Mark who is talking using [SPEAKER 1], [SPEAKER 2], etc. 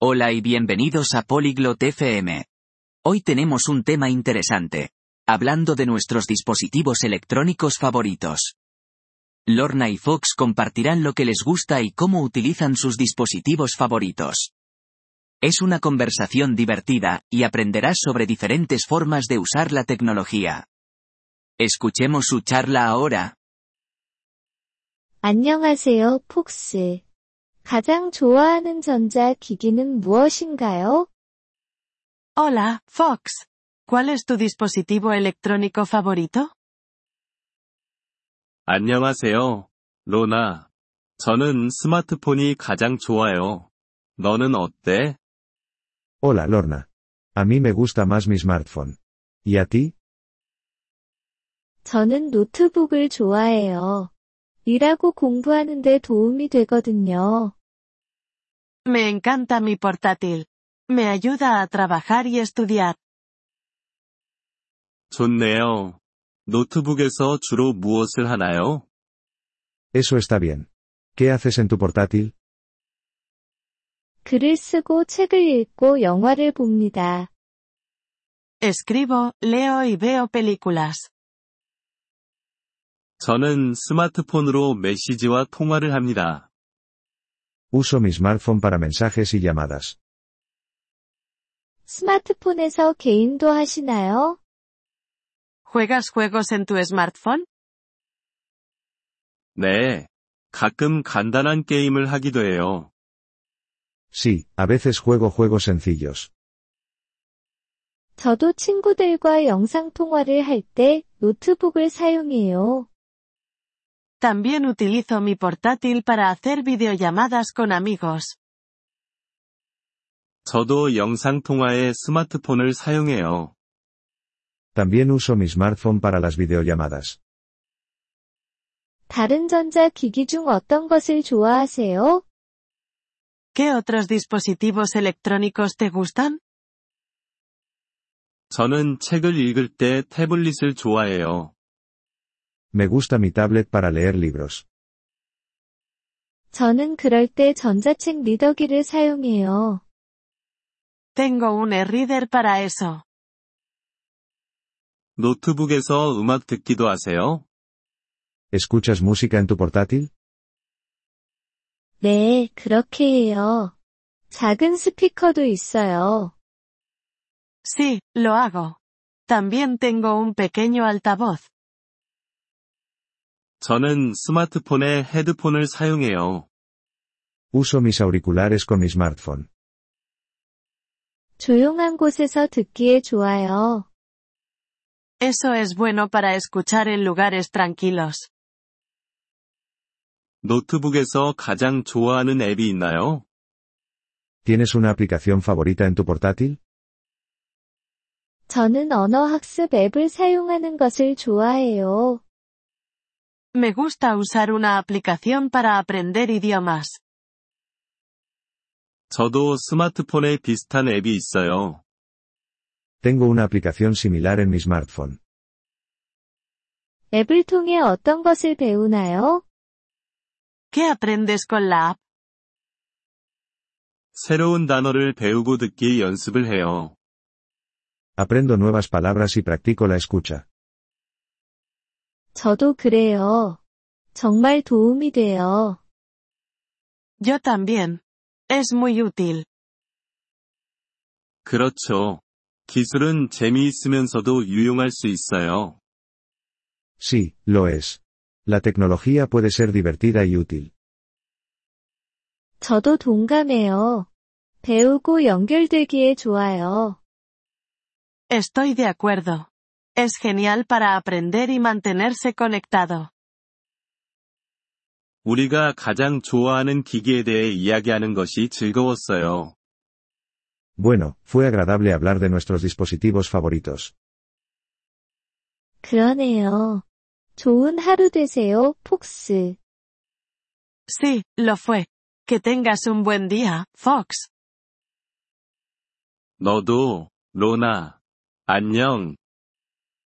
[SPEAKER 1] Hola y bienvenidos a Polyglot FM. Hoy tenemos un tema interesante. Hablando de nuestros dispositivos electrónicos favoritos. Lorna y Fox compartirán lo que les gusta y cómo utilizan sus dispositivos favoritos. Es una conversación divertida, y aprenderás sobre diferentes formas de usar la tecnología. Escuchemos su charla ahora.
[SPEAKER 2] 안녕하세요, 폭스. 가장 좋아하는 전자기기는 무엇인가요?
[SPEAKER 3] Hola, Fox. ¿Cuál es tu dispositivo electrónico favorito?
[SPEAKER 4] 안녕하세요, 로나. 저는 스마트폰이 가장 좋아요. 너는 어때?
[SPEAKER 5] Hola, Lorna. A mí me gusta más mi smartphone. ¿Y a ti?
[SPEAKER 2] 저는 노트북을 좋아해요. 일하고 공부하는데 도움이 되거든요.
[SPEAKER 3] Me encanta mi portátil. Me ayuda a trabajar y estudiar.
[SPEAKER 4] 좋네요. 노트북에서 주로 무엇을 하나요?
[SPEAKER 5] Eso está bien. ¿Qué haces en tu portátil?
[SPEAKER 2] 글을 쓰고 책을 읽고 영화를 봅니다.
[SPEAKER 3] Escribo, leo y veo películas.
[SPEAKER 4] 저는 스마트폰으로 메시지와 통화를 합니다.
[SPEAKER 5] Uso mi smartphone para mensajes y llamadas.
[SPEAKER 2] 스마트폰에서 개인도 하시나요?
[SPEAKER 3] ¿Juegas juegos en tu smartphone?
[SPEAKER 4] 네. 가끔 간단한 게임을 하기도 해요.
[SPEAKER 5] Sí, a veces juego juegos sencillos.
[SPEAKER 2] 저도 친구들과 영상통화를 할 때 노트북을 사용해요.
[SPEAKER 3] También utilizo mi portátil para hacer videollamadas con amigos.
[SPEAKER 4] 저도 영상통화에 스마트폰을 사용해요.
[SPEAKER 5] También uso mi smartphone para las videollamadas.
[SPEAKER 2] 다른 전자기기 중 어떤 것을 좋아하세요?
[SPEAKER 3] ¿Qué otros dispositivos electrónicos te gustan?
[SPEAKER 4] 저는 책을 읽을 때 태블릿을 좋아해요.
[SPEAKER 5] Me gusta mi tablet para leer libros.
[SPEAKER 2] 저는 그럴 때 전자책 리더기를 사용해요.
[SPEAKER 3] Tengo un e-reader para eso.
[SPEAKER 4] 노트북에서 음악 듣기도 하세요?
[SPEAKER 5] ¿Escuchas música en tu portátil?
[SPEAKER 2] 네, 그렇게 해요. 작은 스피커도 있어요.
[SPEAKER 3] Sí, lo hago. También tengo un pequeño altavoz.
[SPEAKER 4] 저는 스마트폰에 헤드폰을 사용해요.
[SPEAKER 5] Uso mis auriculares con mi smartphone.
[SPEAKER 2] 조용한 곳에서 듣기에 좋아요.
[SPEAKER 3] Eso es bueno para escuchar en lugares tranquilos.
[SPEAKER 4] 노트북에서 가장 좋아하는 앱이 있나요?
[SPEAKER 5] ¿Tienes una aplicación favorita en tu portátil?
[SPEAKER 2] 저는 언어학습 앱을 사용하는 것을 좋아해요.
[SPEAKER 3] Me gusta usar una aplicación para aprender idiomas.
[SPEAKER 4] 저도 스마트폰에 비슷한 앱이 있어요.
[SPEAKER 5] Tengo una aplicación similar en mi smartphone.
[SPEAKER 2] 앱을 통해 어떤 것을 배우나요?
[SPEAKER 3] ¿Qué aprendes con la app?
[SPEAKER 4] 새로운 단어를 배우고 듣기 연습을 해요.
[SPEAKER 5] Aprendo nuevas palabras y practico la escucha.
[SPEAKER 2] 저도 그래요. 정말 도움이 돼요.
[SPEAKER 3] Yo también. Es muy útil.
[SPEAKER 4] 그렇죠. 기술은 재미있으면서도 유용할 수 있어요.
[SPEAKER 5] Sí, lo es. La tecnología puede ser divertida y útil.
[SPEAKER 2] 저도 동감해요. 배우고 연결되기에 좋아요.
[SPEAKER 3] Estoy de acuerdo. Es genial para aprender y mantenerse conectado.
[SPEAKER 4] 우리가 가장 좋아하는 기기에 대해 이야기하는 것이 즐거웠어요.
[SPEAKER 5] Bueno, fue agradable hablar de nuestros dispositivos favoritos.
[SPEAKER 2] 그러네요. 좋은 하루 되세요, 폭스.
[SPEAKER 3] Sí, lo fue. Que tengas un buen día, Fox.
[SPEAKER 4] 너도, 로나. 안녕.